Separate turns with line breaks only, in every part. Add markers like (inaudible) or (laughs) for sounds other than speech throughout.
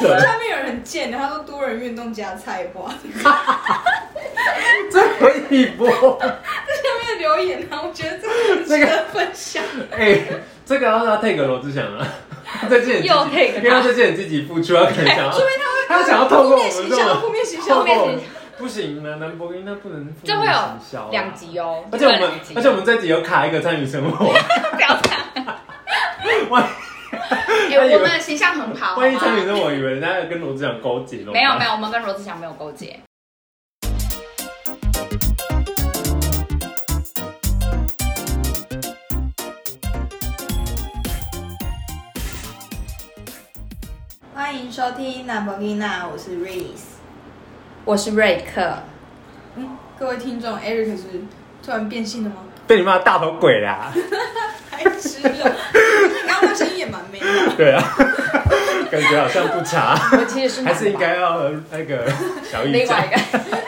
下面有人很贱的，他说多人运动加菜花， (laughs)
(laughs) 这可以播。
下面留言啊，我觉得这个很值得分享。
哎、这个要让他 take 罗志祥啊， (laughs) 他最近很积极
又 take
因
他
为他最近很积极付出，他可能
(laughs)
想要，
说明他会
他想要透
负
过我
哎
们
面
这
形象，
种
负面形
透
象，
后
过
面
我们
形
不行呢，南博音那不能
就会有
行销啊
两，集哦， (laughs)
而且我们
两集
而且我们这集有卡一个参与生活，
不要这样。
他以
哎，
为
我们的形象很好，
万一
好
参
吗
与生活以为人家跟罗志祥勾结了，
没有没有，我们跟罗志祥没有勾结。
欢迎收听 n a b o g i n a 我是 Reese。
我是瑞克，
嗯，各位听众，Eric 是突然变性了吗？
被你骂大头鬼
(laughs)
啦，
还吃
(laughs)
了？你刚刚声音也蛮美的。
对啊， (laughs) 感觉好像不差，
(laughs) 我其实是
还是应该要那个小雨
另
讲
外。一个，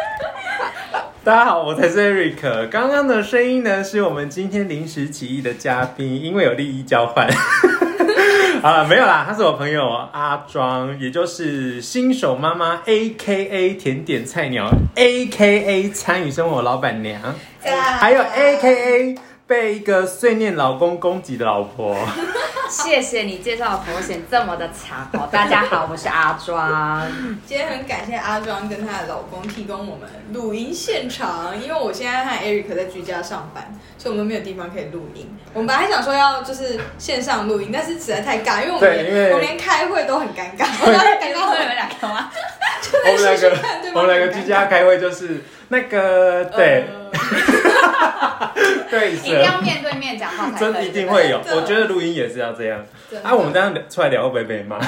(laughs)
大家好，我才是 Eric。刚刚的声音呢，是我们今天临时起意的嘉宾，因为有利益交换。 (laughs) 啊，没有啦，他是我朋友阿庄，也就是新手妈妈 A K A 甜点菜鸟 A K A 参与生活老板娘，还有 A K A 被一个碎念老公攻击的老
(laughs)
婆。
谢谢你介绍的头衔这么的长哦。大家好，我是阿 (laughs) 庄。
今天很感谢阿庄跟她的老公提供我们录音现场，因为我现在和 Eric 在居家上班，所以我们没有地方可以录音。我们本来想说要就是线上录音，但是实在太尬，因为我们
对因
(laughs)
为
连我们连开会都很尴尬，我们
你
连
告诉
开
你
会
们两个吗？
我们两
试试
个
看对，吧呃
我们两个居家开会就是那个，对、对
一定
是。
要面对面讲话才可以。
真一定会有，
真的
我觉得录音也是要这样。
真的
啊，我们这样出来聊会不会被 (laughs) 骂？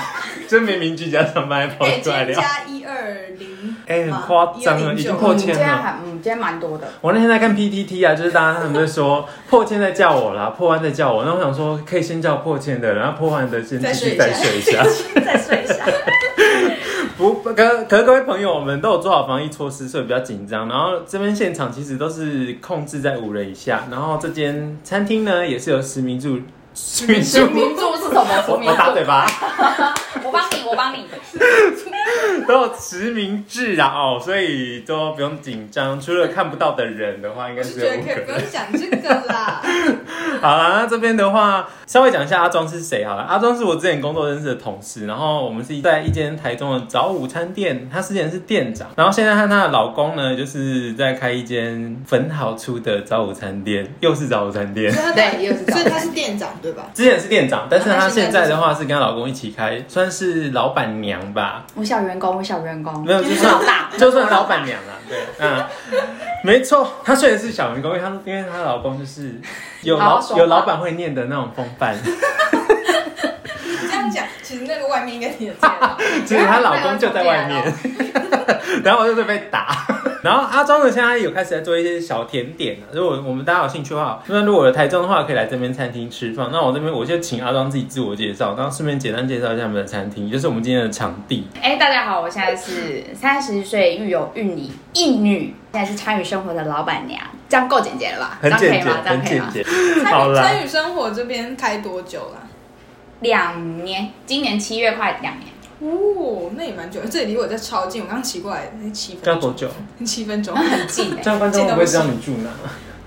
就明明居家上班还跑
哎，
出
今
来
天
聊，
加一二零，
哎、很夸张
啊
了，已经破
今
千
天
了。
还嗯，今天蛮多的。
我那天在看 PTT 啊，就是大家他们在说 (laughs) 破千在叫我啦，破万在叫我，那我想说可以先叫破千的，然后破万的先继续再
再睡
睡一下。
(laughs)
(laughs)
再睡一 (laughs) 下。
不，可可是各位朋友，我们都有做好防疫措施，所以比较紧张。然后这边现场其实都是控制在五人以下，然后这间餐厅呢也是有实名住，实名住，
名著是什么？
我
名
我打
著？
嘴巴。
我帮你，我帮你。
(laughs) 都有实名制啊，哦，所以都不用紧张。除了看不到的人的话，应
我
该
是
是
觉
有
得
五
可以不
个。
用讲这个 (laughs) 啦。
好啦，那这边的话，稍微讲一下阿庄是谁好了。阿庄是我之前工作认识的同事，然后我们是在一间台中的早午餐店，她之前是店长，然后现在和她的老公呢，就是在开一间粉好出的早午餐店，又是早午餐店。 (laughs)
对又是这样
所以他是店长对吧？
之前是店长，但
啊
是她现在的话是跟她老公一起开，算是老板娘吧。
我小员工，我小员工。
没有，就
(laughs) 你是
算
老大，
(laughs) 就算老板娘啦，
(laughs)
对，嗯，没错，她虽然是小员工，因为她因为她老公就是有
好好
老
说话
有老板会念的那种风
(laughs)
范，
(laughs) 这样讲，其实那个外面应该听得见。
其实她老公就在外
(laughs)
面， (laughs) 然后我就会被打。 (laughs) 然后阿庄呢，现在有开始在做一些小甜点了。如果我们大家有兴趣的话，那如果有台中的话，可以来这边餐厅吃饭。那我这边我就请阿庄自己自我介绍，然后顺便简单介绍一下我们的餐厅，也就是我们今天的场地。
哎，大家好，我现在是三十岁育有育女一女，现在是参与生活的老板娘，这样够简洁了吧？
很
这样
简
可以
洁，
吗？这样
很
可以
简
吗？
洁。好
参与
啦
参与生活这边开多久啦？
两年，今年七月快两年，
哦，那也蛮久的，这里离我家超近，我刚骑过来才七分
要
钟，
多久？
七分钟。
很近哎
这。样观众会不会知道你住哪？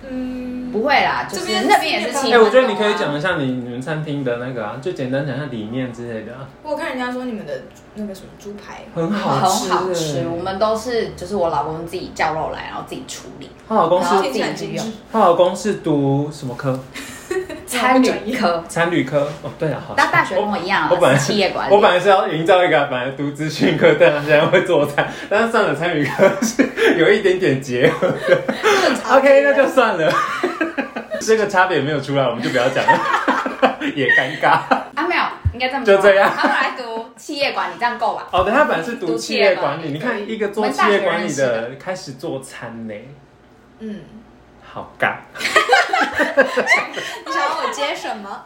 嗯，
不会啦，就是
这边
那边也是
哎
七
哎、
分钟啊
我觉得你可以讲一下你你们餐厅的那个啊，就简单讲一下理念之类的、啊，
我有看人家说你们的那个什么猪排，
很
很
好吃、欸
好吃，我们都是就是我老公自己叫肉来，然后自己处理。
她老公是
好
听起来很精致，
她老公是读什么科？
参与科，
餐旅科。哦，对啊，好。
那大学跟我一样啊，
我本来
是企业管理。
我本来是要营造一个本来读资讯科，但他现在会做菜，但是上了餐旅科是有一点点结合。OK，那就算了。这个差别没有出来，我们就不要讲了，也尴尬。
啊，没有，应该这么
就这样
说他们来读企业管理，这样够吧？
哦，对，他本来是读
读
企
企
业
业
管
管
理，
理
你看一个
我
做
们
企
大
业
学
管理
认识
的开始做餐呢，
嗯，
好尬。
你想要我接什么？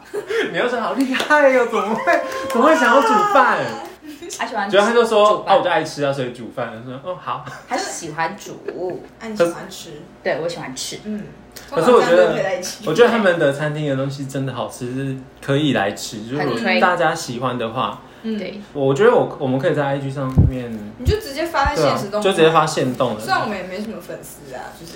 你要说好厉害哟、怎么会怎么会想要煮饭？
他啊喜欢，
结果他就说
煮
啊，
饭
我就爱吃啊，所以煮饭。我说哦好，
他喜欢煮，
啊，你喜欢吃？
对我喜欢吃。
嗯，
可是我觉得
通常这样都可以在一起
我觉得他们的餐厅的东西真的好吃，是可以来吃。如
很
果
推
大家喜欢的话，
嗯，
对，
我觉得我我们可以在 IG 上面，
你就直接发在
对
现
啊
实动，态，
就直接。发现动
虽然我
了。
们也没什么粉丝啊，就是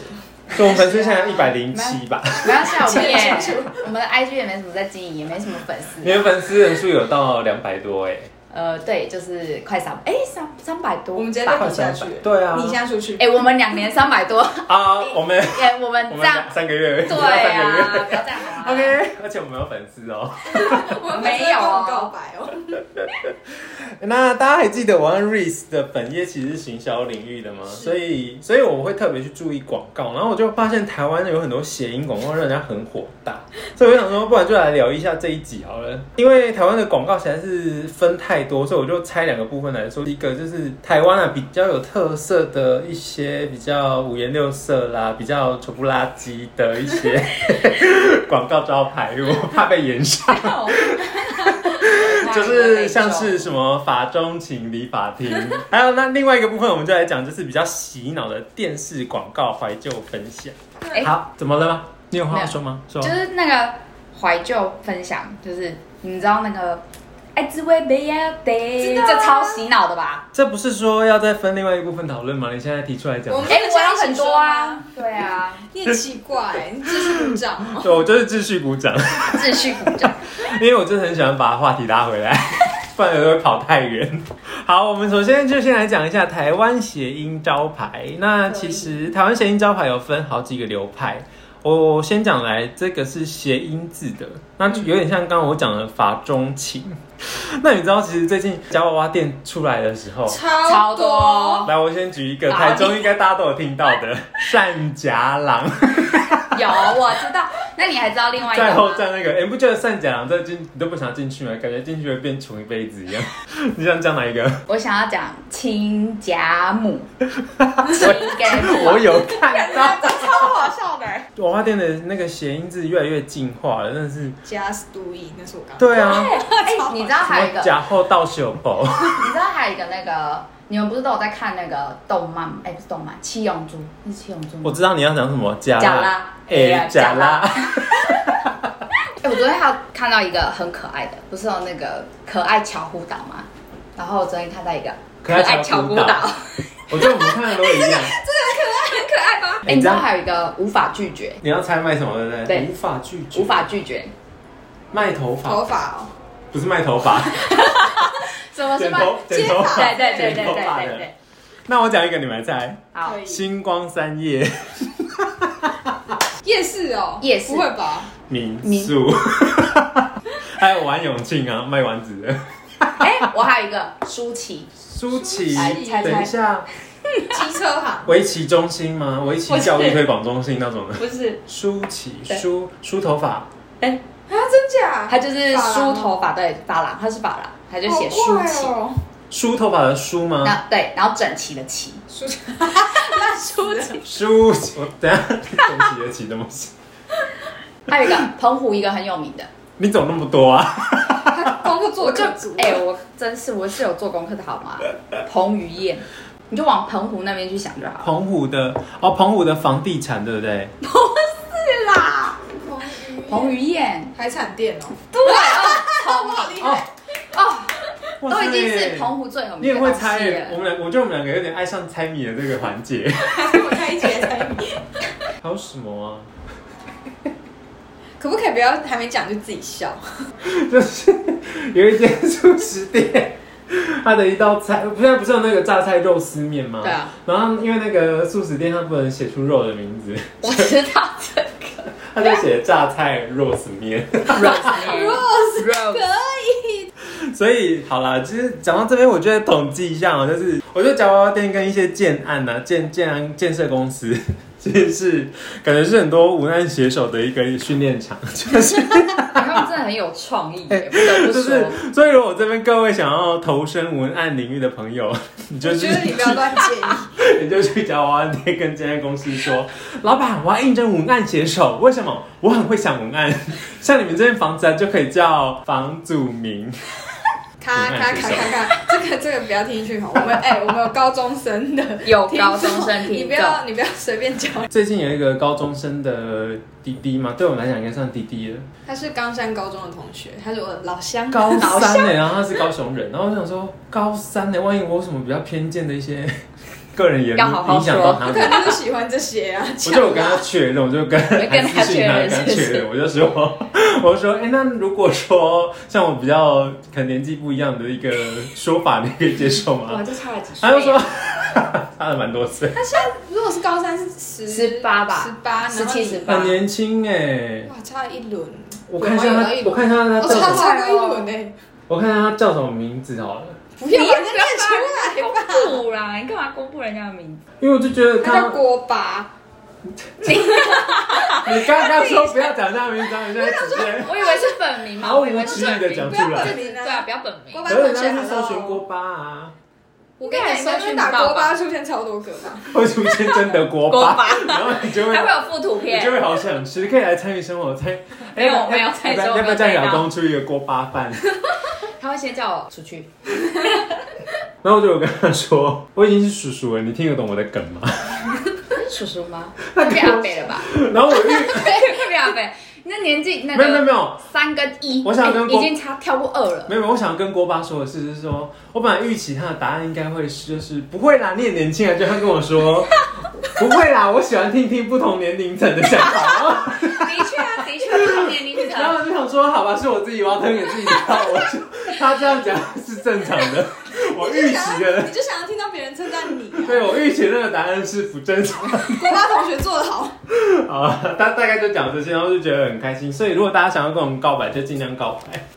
就我们粉丝
(laughs)
现在一百零七吧，
不要笑我们
记
也
得清楚，
我们的 IG 也没什么在经营，也没什么粉
你
丝。
的粉丝人数有到两百多哎，
呃，对，就是快三，哎，三三百多吧。
我们直接被
快
比下
三
去
百。。对啊，
你现在出去，
哎，我们两年三百
(laughs)
多，
啊，我们
哎，我们
我
这
们
样
两，三个月，
对
三个月。
啊，不要这样好吗
OK，而且 (laughs) 我们有粉丝哦。
我们
没有
粉丝在
哦
跟我们告白哦。
(laughs) 那大家还记得我和 Reese 的本业其实是行销领域的吗？
是
所以，所以我会特别去注意广告，然后我就发现台湾有很多谐音广告让人家很火大，所以我想说，不然就来聊一下这一集好了。因为台湾的广告实在是分太多，所以我就拆两个部分来说。一个就是台湾啊比较有特色的一些比较五颜六色啦，比较丑不拉几的一些 (laughs) 广告招牌，我怕被延上。就是像是什么法中情、理法
(laughs)
庭，还有那另外一个部分，我们就来讲，就是比较洗脑的电视广告怀旧分享。
哎
好，怎么了吗？你有话
没
要
有
说吗？说
就。是那个怀旧分享，就是你们知道那个爱滋味杯呀得，
知道啊
这超洗脑的吧？
这不是说要再分另外一个部分讨论吗？你现在提出来讲
我，们
哎，我有很多啊，对
(laughs)
啊，
你很奇怪，你知识鼓掌吗？
对，我就是继续鼓掌，
秩序鼓掌。
因为我真的很喜欢把话题拉回来， (laughs) 不然有时候会跑太远。好，我们首先就先来讲一下台湾谐音招牌。那其实台湾谐音招牌有分好几个流派，我先讲来，这个是谐音字的，那就有点像刚刚我讲的法中情。 (laughs) 那你知道，其实最近夹娃娃店出来的时候，
超
超多
来，我先举一个
哪里
台中应该大家都有听到的善夹郎，
有，我知道。那你还知道另外一个
在
吗？
后站那个，哎、你不觉得善夹郎这进你都不想进去吗？感觉进去会变穷一辈子一样。 (laughs) 你想讲哪一个？ (laughs)
我想要讲亲家 (laughs) 母，亲家母，
我有看到
超好笑的。
娃娃店的那个谐音字越来越进化了，真的是。
Just do it，那是我刚。
对啊，
哎，你知道还有一
什
个
么，假后到手包， (laughs)
你知道还有一个那个，你们不是都有在看那个动漫？哎，不是动漫，《七龙珠》是《七龙珠》吗
我？知道你要讲什么假
假啦
哎假啦，
哎、我昨天还有看到一个很可爱的，不是有那个可爱巧虎岛吗？然后我昨天看到一个
(laughs) 可爱巧
巧
虎
虎
岛
岛，
我觉得我们看的都一
(laughs)
样。
很可爱吧？哎、
哎
你知道
你知道
还有一个无法拒绝，
你要猜卖什么对不对？
对
无法拒绝，
无法拒绝，
卖头发，
头发哦，
不是卖头发，
什哦么是
剪
吧？
头剪头发，
对对对对哎
剪头
对
发
对
的。
对，
那我讲一个，你们来猜，
好
可，以。
星光三叶
夜市哦，
夜市
不会吧？
(laughs)
民
民
宿， (laughs) 还有王永庆啊，卖丸子的
哎、我还有一个舒淇，
舒淇
来猜，猜
等一下。
机车行，啊
围棋中心吗？围棋教育推广中心那种的。
不是，哎
梳起
对
梳梳头发，
啊，真假？
他就是
发廊
梳
吗
头发，对，发廊，他是发廊，他就写
好
舒
怪
淇，
哦，
梳头发的梳吗？
那对，然后整齐的齐，
舒淇，那舒淇，
梳，我等一下整齐的起东西。
还有一个澎湖一个很有名的，
你怎么那么多啊？
功课做
我就
就足。
哎、我真是我是有做功课的好吗？彭于晏，你就往澎湖那边去想就好了。
澎湖的哦，澎湖的房地产对不对？
是啦，
彭于晏
彭于晏，
海产店哦，
对啊
我
哦，
(laughs) 好厉害，
哦，
哇
都
塞
已经是澎湖最有
你
名
很
的
会
东西
猜耶，我
了。
们两，我觉得我们两个有点爱上猜谜的这个环节。
还是我开一节才迷。
还有什么啊？
可不可以不要还没讲就自己笑？
就是 (laughs) 有一间素食店，它的一道菜，现在不是有那个榨菜肉丝面吗？
对啊。
然后因为那个素食店它不能写出肉的名字，
(laughs) 我知道这个
它就写榨菜肉丝面。 (laughs)
Rose，可
Rose，
以。
所以好啦，其实讲到这边，我觉得统计一下哦，就是我觉得夹娃娃店跟一些建案呐、啊、建建安建设公司， (laughs) 其实是感觉是很多文案写手的一个训练场， (laughs) 就是。
他们真的很有创意耶，不得不
哎就是
说。，
所以如果这边各位想要投身文案领域的朋友，你就
我
去
觉得你不要乱
(laughs)
建议，
你 (laughs) 就去找娃娃店跟这家公司说，老板，我要应征文案写手，为什么？我 (laughs) 很会想文案，像你们这间房子啊，就可以叫房祖名。
咔咔咔咔咔，这个这个不要听进去哈。我们哎、我们有高中生的
有
听众
高中生
你
听
不
众，
要你不要随便讲。
最近有一个高中生的弟弟嘛，对我们来讲应该算弟弟了，
他是冈山高中的同学，他是我的老乡。
高
老
三呢、然后他是高雄人，然后我想说高三呢、万一我有什么比较偏见的一些 (laughs) 个人言
要好
论
好
影响到
我
他
可
们。
能就是喜欢这些啊。
我就有跟他确认，我就跟
你跟他
私信他
确
跟
认
他
是不是
确认，我就说，我就说，哎、那如果说像我比较可能年纪不一样的一个说法，你可以接受
哇，
吗？
这差了几岁
他
啊？
就说， (laughs) 差了蛮多岁，
(laughs) 如果是高三是十
18吧
十八、
17 18
很年轻哎、
哇，差一轮。
我看一下他
有啊有啊一，轮
我看一下他
我
叫什
差
么，
超过一轮呢、欸
我看一下他叫什么名字好了，
不要
你
把
也
人家
不要
念出来吧。
公布啦，你干嘛公布人家的名字？
因为我就觉得
他叫
他，
锅巴，
你刚刚说不要讲他名字，你现在直接，
我以为是本名嘛，
毫无
我以为
知
是
意
本
的
名，
讲
不要
出
把
来
自，己
对啊，不要本名
锅。巴
可
同
是
学
他是搜寻锅
，hello。
巴啊，
我跟你讲，你
搜
随便
寻
打
不到吧
锅巴出现超多个吧。
会出现真的锅
锅
巴
巴，
然后你就会
还。会有附图
你就
片，
会好想吃，可以来参与生活。参
(laughs) 没有
要不
没有
要
参与
要不
生活
要不要叫你
没有
老公出一个锅巴饭？ (laughs)
他会先叫我出去。
然后我就有跟他说，我已经是叔叔了，你听得懂我的梗吗？
(laughs) 是叔叔吗？ (laughs) 会变阿北了吧？
(laughs) 然后我遇
会变阿北，你那年纪那
没有没有
个
没有
三跟一，
我想跟
哎
郭
已经差跳过二了。
没有，我想跟锅巴说的是，就是说我本来预期他的答案应该会是，就是不会啦，你也年轻啊，就他跟我说不会啦，我喜欢听听不同年龄层的想法。然
(laughs)
后
的确啊，的确，不同年龄
然
层。
后我就想说，好吧，是我自己挖坑给自己跳，我就他这样讲是正常的，我预期的，
你就想要听到别人称赞你、啊
(laughs) 对我预期的那个答案是不正常的。
锅巴同学做得好，
(laughs) 好，啊大大概就讲这些，然后就觉得很开心。所以如果大家想要跟我们告白，就尽量告白。 (laughs)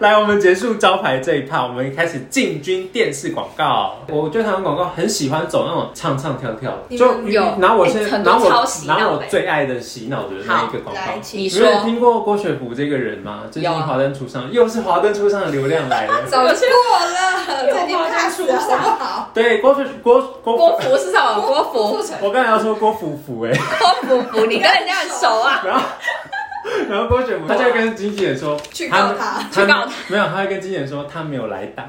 来，我们结束招牌这一趴，我们开始进军电视广告。我对台湾广告很喜欢走那种唱唱跳跳的，
你们
就
有
拿我现
哎
在
很
拿
多
我
超洗脑的
拿我最爱的洗脑的那一个广
来，
告。
请
你
你们有
说
听过郭雪芙这个人吗？最近
有啊
华灯初上，又是华灯初上的流量来
(laughs)
了。
早就过了，呃这已经 pass 了，好不好？哦
对，郭雪郭郭，
郭芙是什么？郭
郭
芙，
富城
我刚才要说郭芙芙哎、
郭芙芙，你跟人家很熟啊。
然后，然后郭雪芙，他就会跟经纪人说，
去告他
去告他
没有，他会跟经纪人说他没有来
(laughs)
档。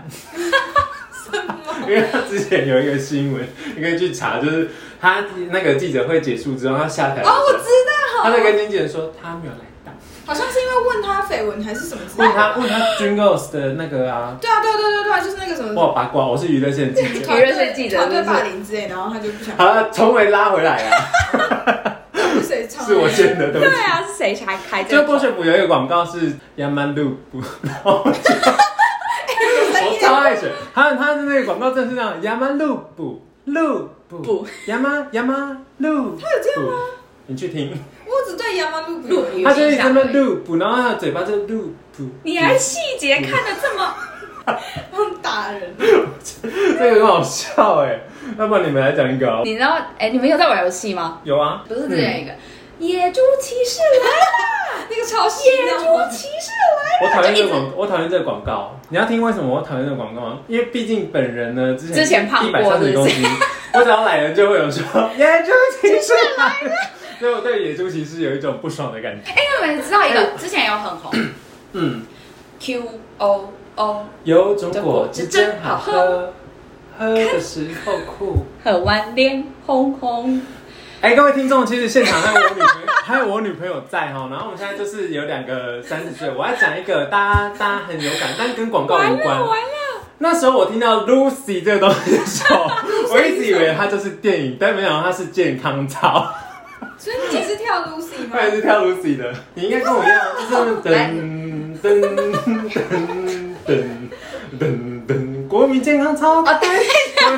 因为他之前有一个新闻，你可以去查，就是他那个记者会结束之后，他下台的时候
哦，我知道，
他在跟经纪人说他没有来档，
好像是因为问他绯闻还是什么之类
问
的。
他问他 Dream Girls 的那个啊，
对啊，对啊对啊对啊对啊，就是那个什么
哇八卦，我是娱乐线记
(laughs)
者。
团
娱乐
队
线记者
团队
是不是
霸凌之类，然后他就不想
好了，重回拉回来啊，
是谁唱的，
是我先的，对不
对
起。
啊，是谁开开这
就
个
郭
口？
雪芙有一个广告是 Yaman l o o 然后我就我超爱选，他他的那个广告正是那样 Yaman Loop Loop
不
Yaman Yaman Loop，他有这样吗？你去听，
我只对亚麻路
录
有
他就一直在那
有印象
loop，然后他的嘴巴就 loop。
你还细节看的这么
很打人，
这个很好笑哎，要不然你们来讲一个哦。
你知道，哎、你们有在玩游戏吗？
有啊，
不是之前有
嗯
一个、野猪骑士来啦，
那个超细
野猪骑士
我
来啦，
讨厌这个
就一直
广，我讨厌这个广告。你要听为什么我讨厌这个广告吗？因为毕竟本人呢，之前
之前胖
一
过
百三
是
十
不
公
是
斤，我只要来人就会有说野猪骑
(laughs)
士来了，所以我对野猪骑士有一种不爽的感觉。
哎、那你们知道一个之前有 (coughs) 很红
嗯，
Q O O
有种果
果
汁
汁
真
真
好
好
喝
喝，
喝的时候酷。
和晚脸红红，
哎，各位听众，其实现场还有我女朋友，还有我女朋友在哈。然后我们现在就是有两个三十岁，我要讲一个大家大家很有感，但跟广告
完
无关
了。完了，
那时候我听到 Lucy 这个东西的时候，我一直以为它就是电影，但没想到它是健康操，
所以你是跳 Lucy 吗
它？也是跳 Lucy 的。你应该跟我一样，就是
来
噔噔噔噔噔噔，国民健康操
哦对，
对，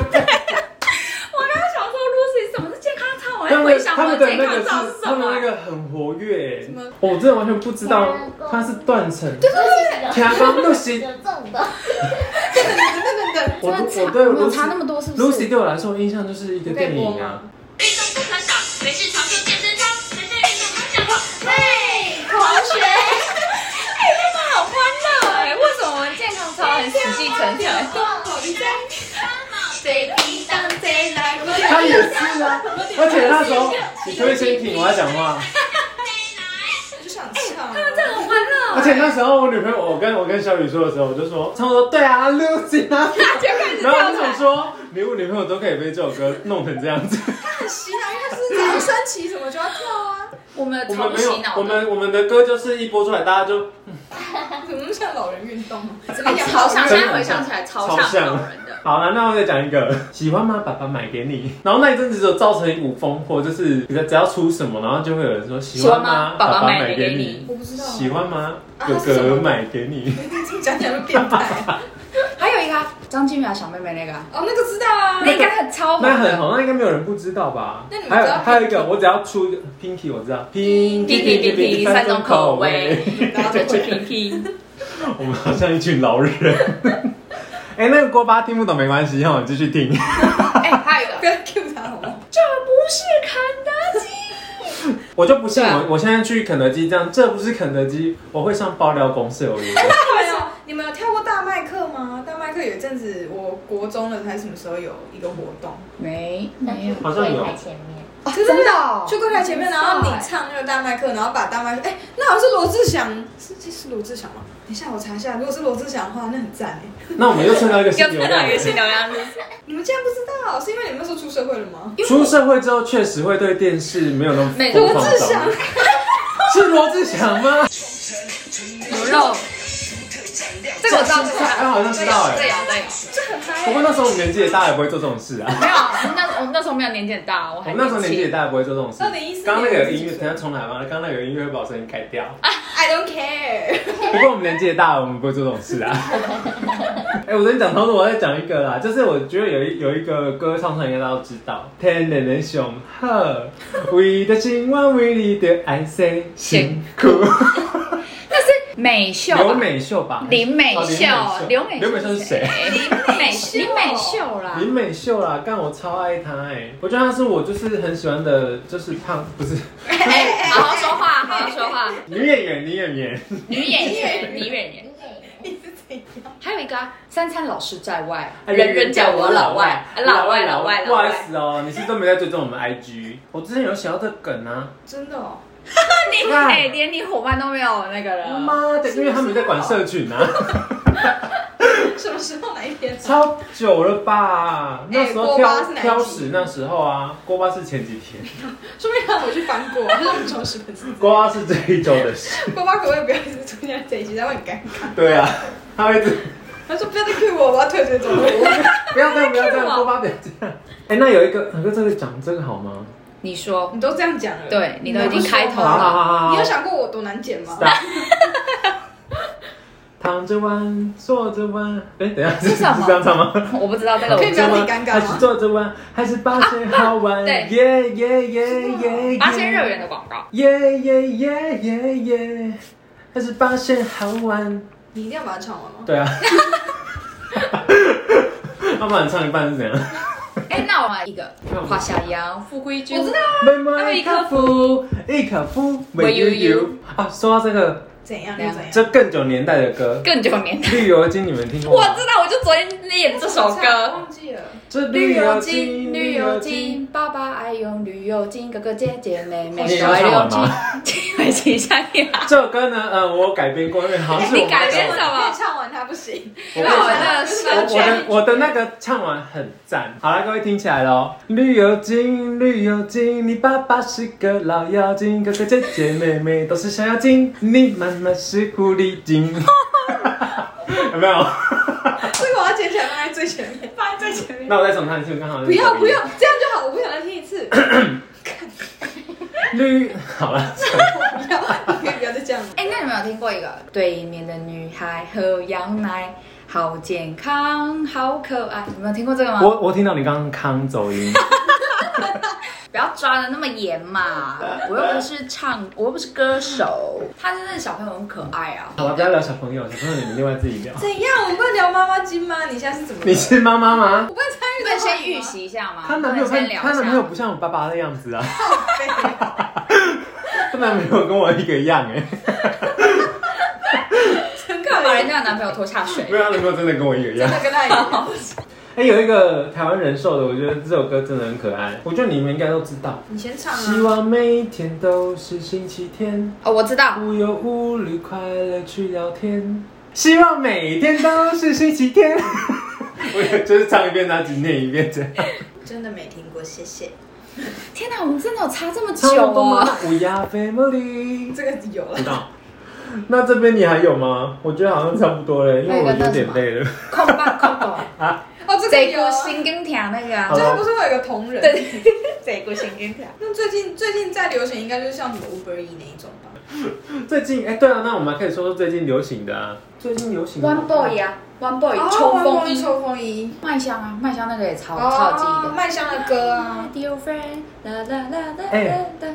我刚刚想说 Lucy 什么是健康操，我
他
在
们
回想
他
我
们
的
的
健
那
康
个
操
是
是
他
什
们那
么。
个很活跃欸哦
什么，
我真的完全不知道它是断层。天啊，刚 Lucy，
有中的，
等等等，
我
真的
我
差
对
我有差那
Lucy
么多是不是
Lucy 对我来说印象就是一个
我可
电
以
影
播吗
啊。
运动不可少，每日常做健身操，每日运动不想跑。嘿，
同学，
(laughs) 哎，真的好欢乐哎！为什么我们健康操很死气沉沉？
(laughs)
谁比当谁来？我们
他也是
(laughs)
啊，而且那时候你可不可以先听我要讲话？
我就想唱啊，
真的很欢乐
而且那时候我女朋友，我跟我跟小雨说的时候，我就说，他们说对啊，Lucy
(laughs)
啊，
就开始
然
跳
后我就想
出来，
说，连我女朋友都可以被这首歌弄成这样
(laughs)
子。
很洗脑，因为就是只要升旗什么就要跳啊，
我们
我
超
们
不
没有
洗，脑
我
的。
们我们的歌就是一播出来，大家就
怎么那么像老人运动啊？
怎么讲？好想现在回想起来，超
超
像
像
老人的。
好了。那我再讲一个，喜欢吗？爸爸买给你。然后那一阵子就造成一股风波，就是只要只要出什么，然后就会有人说喜欢吗？
喜欢吗
爸
爸爸买
买
给
你。
我不知道啊，
喜欢吗？
啊
哥
是什
哥
么
买给你。
这么讲起来会变态。
还有一个啊张金苗小妹妹那个啊，
哦，那个知道啊，
那应该很超
那
红
很
的。
红，那应该没有人不知道吧
那你？们
还有
知道
还有一个，我只要出一个 Pinky，我知道 Pinky
Pinky，Pinky，Pinky，三种口味。
然后就
去
会
P P，
我们好像一群老人。哎、那个锅巴听不懂没关系，让我继续听。
(laughs) 哎，还有一个
不要 Q 他好吗？
这不是肯德基，
我就不信
对
我
啊，
我现在去肯德基这样，这不是肯德基，我会上爆料公社我也会。
你们有你们有跳过大麦克吗？大麦克有一阵子，我国中的还是什么时候有一个活动，
没没有，
好像有
在前面，
哦真的哦
去柜台前面，然后你唱那个大麦克，然后把大麦克，哎、那好像是罗志祥，是这是罗志祥吗？等一下我查一下，如果是罗志祥的话，那很赞哎。
那我们又蹭到一个新流量。
流量，
你们竟然不知道，是因为你们那时候出社会了吗？
出社会之后，确实会对电视没有那么
每
疯
罗
狂
志
着
祥，
迷是罗志祥吗？
牛肉，这个我知道，这个
哎，好像知道
这
哎。
有这有。
这很嗨、
不过
欸。
那时候我们年纪也大，也不会做这种事啊。
没有，我们那我们那时候没有年纪很大，我
我
还
们那时候年纪也
轻。
大，也不会做这种事。
2014
刚刚那个音乐，
年
等一下重来吧。刚刚那个音乐会把我声音改掉。
I don't care。
不过我们年纪也大了，我们不会做这种 (laughs) 事啊。哎、我跟你讲，同时我再讲一个啦，就是我觉得有一有一个歌唱出来，应该大家都知道，《天然的雄鹤》，为的心愿，为你的爱 say 辛苦。
那是美秀吧，
刘美秀吧，
林美秀
哦，
刘美秀
刘美秀是谁？
林美林美秀啦，
林美秀啦，干我超爱她哎、我觉得她是我就是很喜欢的，就是胖不是 (laughs)
哎好好说话，好好说话，
女演员，女演员。
女演员，女演员。还有一个啊，三餐老师在外， (laughs)
哎
人人叫我老外，老外老外
不
老
好意
外。
思哦，你是都没在追踪我们 IG。我之前有想到这梗啊，
真的哦，
你哎，连你伙伴都没有那个了。
妈的，
啊
因为他们在管社群啊，
什么时候哪一天？
(laughs) 超久了吧？那时候
哎锅巴
挑
是哪一集
挑食那时候啊，锅巴是前几天， (laughs)
说不定让我去翻过，他是我们忠实粉丝。
锅巴是这一周的事。 (laughs)
爸爸可不可以不要一直出现在这一集，他会很尴尬。
对啊，他会一直
他说不要再 Q 我，我要退追踪我。
不要这样，不要这样，锅巴不要这样。哎，那有一个，哥这个讲这个好吗？
你说， (laughs)
你都这样讲了，
对你都已经开头
好好
了
好好好，
你有想过我多难剪吗？
Stop 躺着玩，坐着玩，哎，等一下，
是什么
是这样唱吗？
我不知道这个，我
(laughs) 可
不
以
知
不
道
要自己尴尬吗
还是坐着玩，还是八仙
(laughs)
好玩？
对
耶耶耶耶耶！
八仙乐园的广告。
耶耶耶耶耶！还是八仙好玩？
你一定要把它唱完吗？
对啊， (laughs) 他们唱一半是怎样？
(laughs)
哎，那我来一个
那我，们
华夏阳富贵君，
我知道
妹妹一颗福，一颗福，美悠悠啊！说到这个，
怎样又怎样。
这更久年代的歌，
更久
(laughs)
年代。
《绿油精》你们听过
我
吗？
知道，我就昨天演这首
我
歌。
忘记了。
这
绿油精，绿油精，爸爸爱用绿油精，哥哥姐姐妹妹
哦你
都
要
爱
唱
用
完
精
吗？。
我请下一来，
这首歌呢，呃，我有改编过，因为好像是我
你改编什么
你唱完它不行。
我
那我的
我
生
我的
全
我的那个唱完很赞，好了，各位听起来喽。绿油精，绿油精，你爸爸是个老妖精，哥哥姐姐妹妹都是小妖精，你妈妈是狐狸精。 (laughs) 有没有？
这个我要剪起来放在最前面，放在最前面。
那我再重唱一次，刚好
不要不要，这样就好，我不想再听一次。
绿好了，
不要，你可以不要再这样了。
哎，那你们有听过一个对面的女孩喝羊奶，好健康，好可爱？你们有听过这个吗？
我我听到你刚刚康走音，
不要抓的那么严嘛！
(laughs)
我又不是唱，我又不是歌手。他真的小朋友很可爱啊。
好了，不要聊小朋友，小朋友你们另外自己聊。 (laughs)
怎样？我们不能聊妈妈经吗？你现在是怎么了？
你是妈妈吗？
我不能参与
不
的话题
能
吗
先预。习一下吗？
她男朋友
不
看
能先，聊
她
一
男朋友
下。
不像我爸爸的样子 (laughs) 啊，
对
她男朋友跟我一个样哎、
真
干嘛
可
人
怜，
家的男朋友拖下水？
没有，她男朋友真的跟我一个样
真。的跟他一样。
(laughs) 哎、有一个台湾人寿的，我觉得这首歌真的很可爱，我觉得你们应该都知道。
你先唱
希
啊。
望每一天都是星期天，
哦，我知道，
无忧无虑，快乐去聊天。希望每一天都是星期天。 (laughs) 我也就是唱一遍，拿几念一遍这 (laughs) 样。哎
真的没听过，谢谢。
天哪，我们真的有差这么久
唱了多
哦！
么乌鸦 family。
这个有了
知。道。那这边你还有吗？我觉得好像差不多了，因为我有点累了。
空吧空吧，
哦，这个
这
有
个
啊。
心跟条那个啊
好
就
了
他不是会有一个同
(laughs)
人？
对这个心跟条。
那最近最近在流行应该就是像什么 Uber E 那一种吧？
最近哎、对啊，那我们还可以说说最近流行的啊。最近流行的
One Boy 啊，One Boy
哦
秋风
万
衣，
秋风衣，
麦香啊，麦香那个也超超记忆
哦
的。
麦香的歌啊，
Dear friend，啦啦啦啦啦
哎
啦。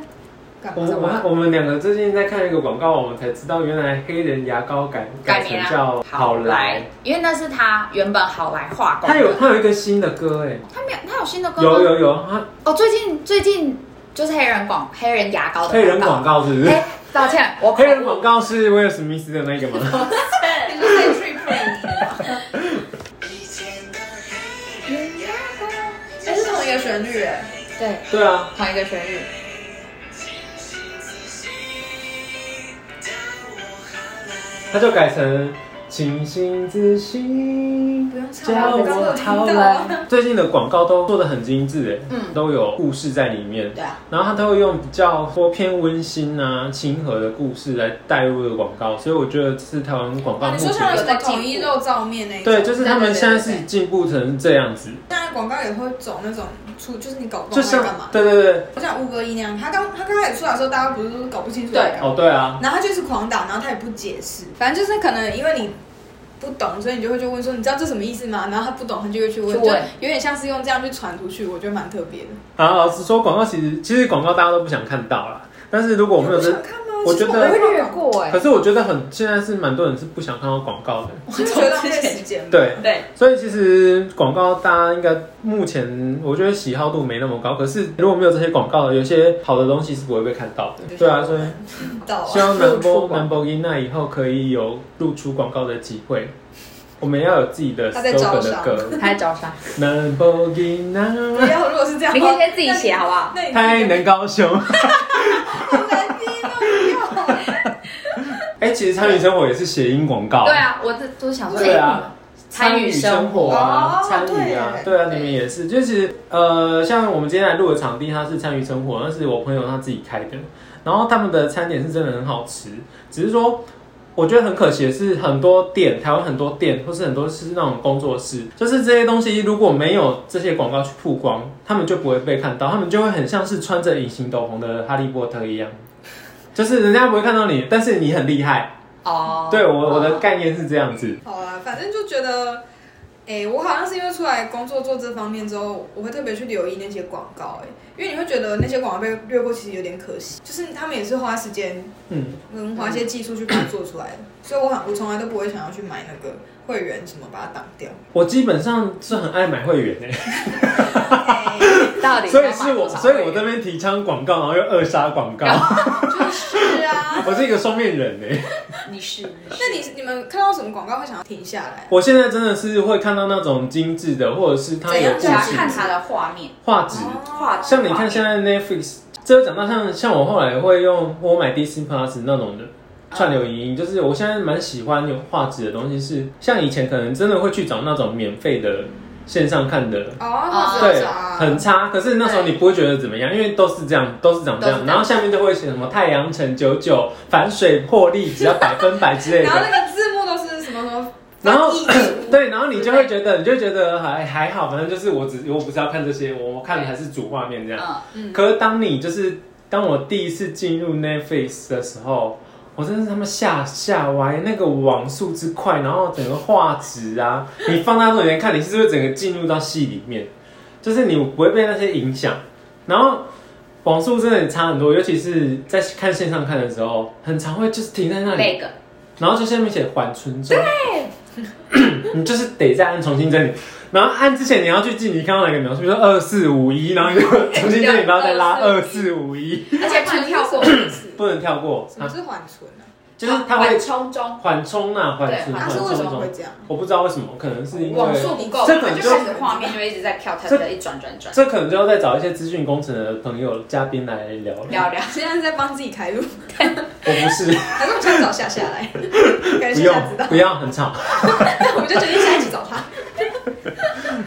干
我
嘛？
我我们两个最近在看一个广告，我们才知道原来黑人牙膏改
改
成
名啊
叫好来。，
因为那是他原本好来化工的。
他有他有一个新的歌哎、
他没有他有新的歌吗
有有有，他
哦，最近最近就是黑人广黑人牙膏的
黑人广
告。
告是不是？
哎，抱歉，我口
黑
误
人广告是威尔史密斯的那个
(laughs)
吗？
你就是 Tree Play，哎，是同一个旋律哎。
对
对啊，
同一个旋律。
他就改成清醒自信，
不用唱了
叫
我刚刚有
我
听
好
到
来。最近的广告都做的很精致哎，
嗯
都有故事在里面。
对啊，
然后他都会用比较多偏温馨啊、亲和的故事来带入这个广告，所以我觉得这是台湾广告
哦，
目
你说像有
前的
什么统一肉燥面那一种？
对，就是他们现在
对
是进步成这样子，
现在广告也会走那种出，就是你搞不
就
懂在
像
干嘛。
对对对，
就像吴哥一那样，他刚他刚开始出来的时候，大家不是都搞不清楚
对
在干嘛
哦对啊，
然后他就是狂打，然后他也不解释，反正就是可能因为你不懂，所以你就会去问说，你知道这什么意思吗？然后他不懂，他就会去问，
去
就
问
有点像是用这样去传出去，我觉得蛮特别的。
然后老实说，广告其实其实广告大家都不想看到啦，但是如果我们有
不想
这，
看吗？
我觉
其
得
实没
我
看
略
到，
过哎
可。是我觉得很现在是蛮多人是不想看到广告的，
我就觉得浪费时间吧。
对
对，
所以其实广告大家应该目前我觉得喜好度没那么高，可是如果没有这些广告，有些好的东西是不会被看到的，对啊，所以。
听到
希
啊，
望
露
Number
出广
Number i n 以后可以有露出广告的机会。我们要有自己的
他在招
slogan
商
的歌
他在招 (laughs) 商，
，Number
(laughs)
不
i
要，如果是这样，
你可以先自己写好不好？
那你
n 太能高雄。 (laughs)
难听了，不要。
哎、其实参与生活也是谐音广告。
对，啊，我这都想说，
对啊
哎，参与生活
啊，
哦
参与啊，
对
对啊，你们也是。就是呃，像我们今天来录的场地，它是参与生活，那是我朋友他自己开的。然后他们的餐点是真的很好吃，只是说我觉得很可惜的是，很多店，台湾很多店，或是很多是那种工作室，就是这些东西如果没有这些广告去曝光，他们就不会被看到，他们就会很像是穿着隐形斗篷的哈利波特一样，就是人家不会看到你，但是你很厉害。
哦，
对我我的概念是这样子，
好啦，反正就觉得，哎、我好像是因为出来工作做这方面之后，我会特别去留意那些广告、哎，因为你会觉得那些广告被略过，其实有点可惜，就是他们也是花时间
嗯，
跟花一些技术去把它做出来的，所以我好我从来都不会想要去买那个会员什么把它挡掉。
我基本上是很爱买会员的、
(laughs)
哎
到底
所以
要买
是我，
多少
所以我
会员
这边提倡广告，然后又扼杀广告，
是啊，
我是一个双面人哎、
你是你
那你你们看到什么广告会想要停下来？
我现在真的是会看到那种精致的，或者是它有
怎样
故
啊只要看
事、
他的哦画面，
画质，
画质
像你看现在 Netflix，这个讲到像像我后来会用我买 Disney Plus 那种的串流影
嗯
音，就是我现在蛮喜欢有画质的东西是，像以前可能真的会去找那种免费的线上看的。
哦，或者
对
是，啊
很差。可是那时候你不会觉得怎么样，因为都是这样，都是长这
都
样。
是这样
然后下面就会写什么太阳城九九反水破例，只要百分百之类
然后 (laughs)
的。
那个字幕都是什么什么
然后
翻译组
对，然后你就会觉得，你就觉得还还好，反正就是我只我不是要看这些，我看的还是主画面这样。
嗯，
嗯
可是当你就是当我第一次进入 Netflix 的时候，我真是他妈吓吓歪，那个网速之快，然后整个画质啊，你放大众眼看，你是不是整个进入到戏里面？就是你不会被那些影响，然后网速真的差很多，尤其是在看线上看的时候，很常会就是停在那里，
那个
然后就下面写缓存中， (coughs) 你就是得再按重新整理。然后按之前你要去记，你看到哪个描述，比如说二四五一，然后你就重新整理，然后再拉二四五一，
而且不能跳过，
什么是
不能跳过
什么
啊！
是缓存啊？
就是它会
缓冲中，
缓冲呐，缓
对
存
他
啊缓
是为
冲
什
这
么会
种，
这样？
我不知道为什么，可能是因
网
为
速不够，
这可
它
能
就
就
开
开始
始
画面就一直在跳，跳
这
跳，一转转转，
这可能就要再找一些资讯工程的朋友嘉宾来聊了。
聊聊。
现在是在帮自己开路，
我不
(laughs)
是，
还是我们现在找夏夏
(laughs)
来？感
不
觉夏夏知道
用，不，要很吵。
(laughs) 那我们就决定下一集找他。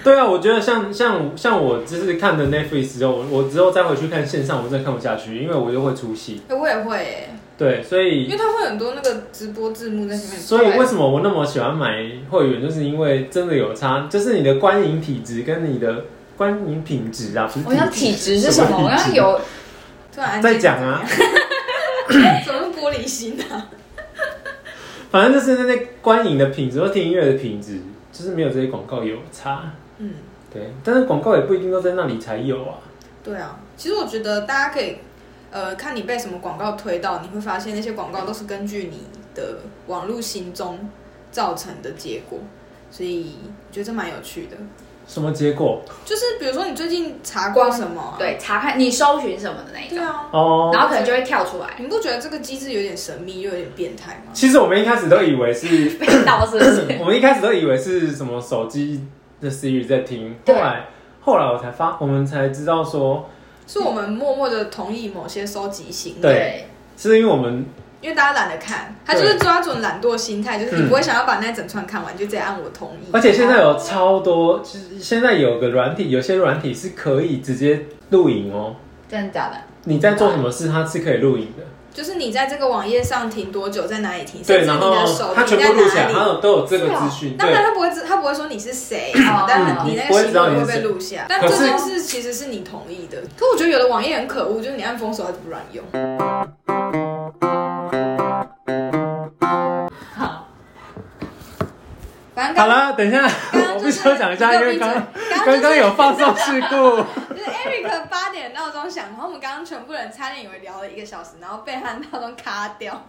对啊，我觉得像像像我就是看的 Netflix 之后，我我之后再回去看线上，我真的看不下去，因为我又会出戏。
哎，我也会耶，
对，所
因
以
为他会很多那个直播字幕在前面。
所以为什么我那么喜欢买会员，就是因为真的有差，就是你的观影体质跟你的观影品质啊，不是
(laughs) 我想体质是什么？
体
我要
质
有
突然安静
在讲啊，
(laughs) 怎么是玻璃心啊？
反正就是那些观影的品质或听音乐的品质，就是没有这些广告有差。
嗯，
对，但是广告也不一定都在那里才有啊。
对啊，其实我觉得大家可以，呃，看你被什么广告推到，你会发现那些广告都是根据你的网络行踪造成的结果，所以我觉得这蛮有趣的。
什么结果？
就是比如说你最近查过什么、啊？
对查看你搜寻什么的那一
对
种，
啊，
哦，
然后可能就会跳出来，
你不觉得这个机制有点神秘又有点变态吗？
其实我们一开始都以为是
被
(laughs)
盗是不是？
我们一开始都以为是什么手机的 Siri 在听，后
对
来后来我才发，我们才知道说，
是我们默默的同意某些收集行为，
对，是因为我们
因为大家懒得看，他就是抓准懒惰心态，就是你不会想要把那整串看完，就直接按我同意。
嗯而且现在有超多，就是现在有个软体，有些软体是可以直接录影哦，
(laughs) 真的假的？
你在做什么事，它是可以录影的，
就是你在这个网页上停多久，在哪里停，甚
对，
至
然
你
后
的手
它
停
全
在
部录起来，
哪
它
里。啊
有都有这个
是哦
资讯，
当
对，
然他不会知，他不会说你是谁，啊
(clears throat)
嗯
但你那
你
个
不会
行
知道
为会
你是
被
谁
录下。但
可
这
是
件事其实是你同意的。可我觉得有的网页很可恶，就是你按封锁它就不让用。
好，
反正
好
刚
了，等一下，
刚刚
我
就
必
是
须要讲一下，因为刚
刚
刚刚有
放。
放送事故。
就是 Eric 八点闹钟响，然后我们刚刚全部人差点以为聊了一个小时，然后被他闹钟卡掉。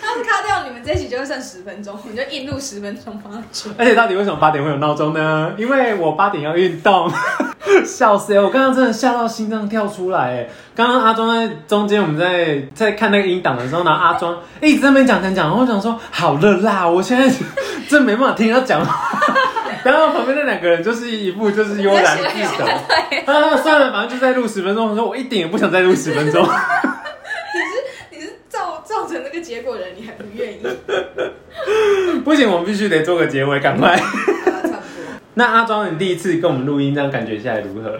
他是卡掉，你们这一集就会剩十分钟，我们就硬录十分钟放上去。
而且到底为什么八点会有闹钟呢？因为我八点要运动， (laughs) 笑死、欸！我刚刚真的吓到心脏跳出来、欸。刚刚阿庄在中间，我们在在看那个音档的时候，然后阿庄一直在那边讲讲讲，然后我想说好了啦，我现在 (laughs) 真没办法听他讲话。 (laughs) 然后旁边那两个人就是一副就是悠然自得，啊，算了，反正就再录十分钟。我说我一点也不想再录十分钟。 (laughs)
你是造造成那个结果的人，你还不愿意？
不行，我们必须得做个结尾，赶快。
好了，差不多。
那阿庄，你第一次跟我们录音，这样感觉下来如何？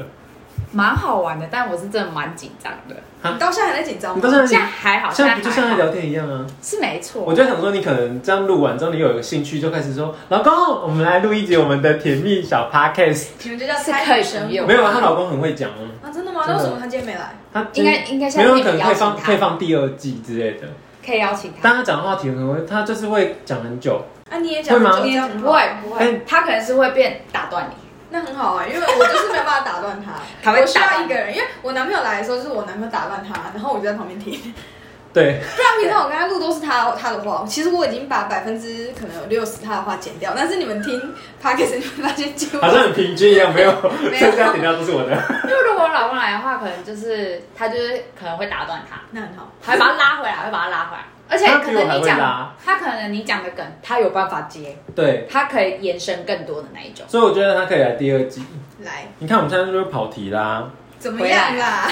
蛮好玩的，但我是真的蛮紧张的。
你到现在还在紧张
你
吗？
到现在
现在还好，哦
现在不就
还
像在
好
聊天一样啊？
是没错。
我就想说，你可能这样录完之后，你有一个兴趣，就开始说：“老公，我们来录一集我们的甜蜜小 podcast。
你们就叫
是
猜
可
女
以
生
不用
没有啊，她老公很会讲哦，
啊？真的吗？
真
那
的
为什么他今天没来？
他
应该应该
没
下
有
次
可能可
邀
以放
请
可以
他，
放第二季之类的，
可以邀请他。
但他讲的话题可能会，他就是会讲很久。
啊，你也讲
会吗
就这
你
样很
不
好，
会不
哎
会，他可能是会变打断你。
那很好啊、因为我就是没有办法打断他，
他会
我需
打
要
断
一个人，因为我男朋友来的时候，就是我男朋友打断他，然后我就在旁边听。
(laughs)
对，
不然平常我跟他录都是他他的话，其实我已经把百分之可能有六十他的话剪掉，但是你们听 podcast 你会发现几乎
好像很平均一样，没
(laughs)
有 (laughs)
没有
增加减掉都是我的。
因为如果我老公来的话，可能就是他就是可能会打断他，
那很好，
还把他拉回来，会把他拉回来。而且
他
可
比我还
能你
会
讲
拉，
他可能你讲的梗，他有办法接，
对，
他可以延伸更多的那一 (laughs) 种。
所以我觉得他可以来第二季。
来
你看我们现在就会跑题啦。
怎么样
(laughs)
啦？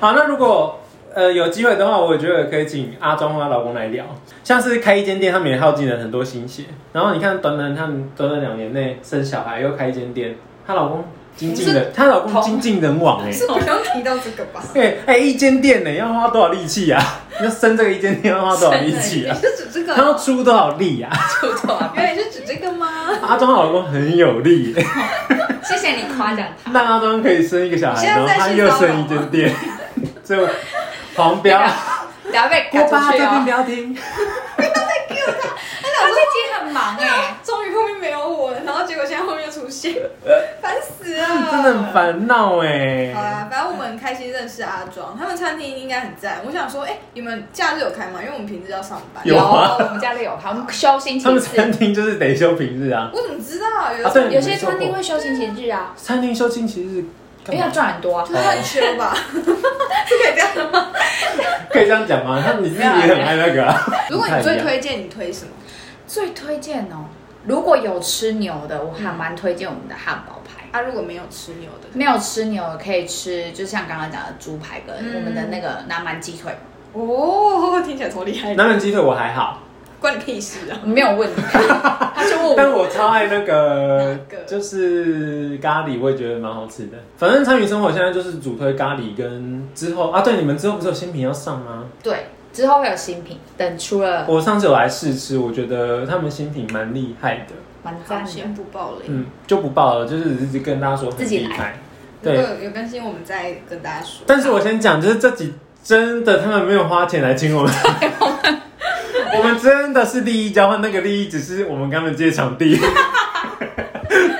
好，那如果呃有机会的话，我觉得可以请阿庄和她老公来聊。像是开一间店，他们也耗尽了很多心血。然后你看，短短他们短短两年内生小孩，又开一间店，她老公精尽人，她老公精尽人亡哎、
是不用提到这个吧？
哎、 (laughs) 哎、一间店呢、要花多少力气啊？要生这个一间店要花多少力气
你
(laughs) 啊？
是指这个
他要
吗？
出多少力啊？
原来你是指这个
(laughs)
吗？
阿庄老公很有力、欸，
谢谢你夸奖他，
(laughs) 那阿庄可以生一个小孩，
你现
然
在在
后他又生一间店， (laughs) 就黄 (laughs) 标，
不要被
锅
赶出
巴这边
去
不
哦。
要听。
他最近很忙哎，
终于后面没有我了，然后结果现在后面又出现，烦死了！
真的很。烦恼哎。
好啊啦，反正我们很开心认识阿庄，他们餐厅应该很赞。我想说，哎、你们假日有开吗？因为我们平日要上班。
有啊
我们家里有他，我们休星
他
期
们
四
餐，厅就是得休平日啊，
我怎么知道？有
啊对
有些餐厅会休星期日啊，
餐厅休星期日
因
干
为
嘛
要赚很多啊
就。是很缺 (laughs) 吧？是可以这样的吗？
可以这样讲吗？他你自己也很爱那个、啊，
如果你
不太一
最
样
推荐，你推什么？
最推荐哦，如果有吃牛的，我还蛮推荐我们的汉堡排。
啊，如果没有吃牛的，
没有吃牛的可以吃，就像刚刚讲的猪排跟我们的那个南蛮鸡腿，
哦，听起来超厉害的，
南蛮鸡腿我还好，
关你屁事啊！
没有问题。
他就问我，
但我超爱那个
哦哪个，
就是咖喱，我也觉得蛮好吃的。反正参与生活现在就是主推咖喱跟之后啊，对，你们之后不是有新品要上吗？
对，之后会有新品，等出了
我上次有来试吃，我觉得他们新品蛮厉害的，
蛮
好
赞的。
先不爆雷。
嗯，就不报了，就是只是跟大家说很
自己
厉
来
害。
如
对，
果有更新，我们再跟大家说。
但是我先讲，就是这集真的他们没有花钱来请我们，我们真的是利益交换，那个利益只是我们跟他们借场地，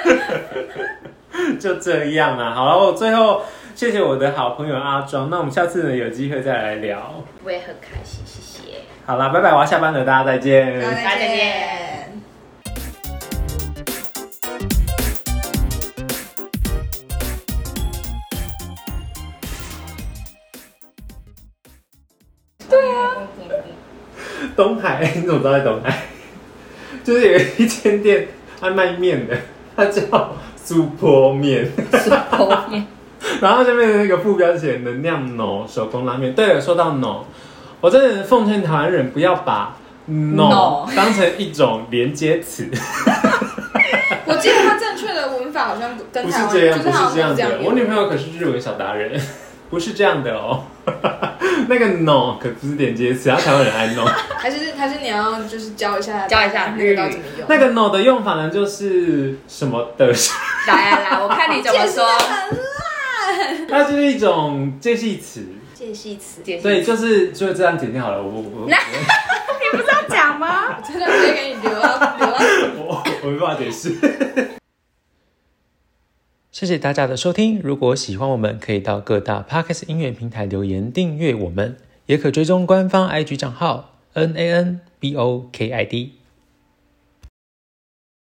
(laughs) 就这样啊。好了，我最后谢谢我的好朋友阿庄，那我们下次呢有机会再来聊。
我也很开心，谢谢。 (laughs)
好啦，拜拜，我要下班了，大家再见。
大
大家
家再
再
见
见。对啊，
东海， (laughs) 你怎么知道在东海？就是有一间店，他卖面的，他叫苏坡面。
后面
(laughs) 然后下面的那个副标写能量 no 手工拉面。对了，说到 no，我真的奉劝台湾人不要把 no,
No
当成一种连接词，
我记得它正确的文法好像不跟
不是
台湾
这样，
就
不
是
是
好像
这样的。我
念
女朋友可是日文小达人， (laughs) 不是这样的哦。 (laughs) 那个 no 可不是连接词，然后啊台湾人爱 no。 (laughs)
还是还是你要就是教一下
教一下
那个到底怎么用？
那个 no 的用法呢，就是什么的，
(laughs)
(laughs)
来来来，我看你怎么 (laughs) 说。
它就是一种介系词。
介系词，
解释
对，就是就这样解定好了。我我我
你不是要讲吗？
真的直接给你留啊留啊。
我我没办法解释。
谢谢大家的收听。如果喜欢我们，可以到各大 Podcast 音乐平台留言订阅我们，也可追踪官方 IG 账号 N A N B O K I D。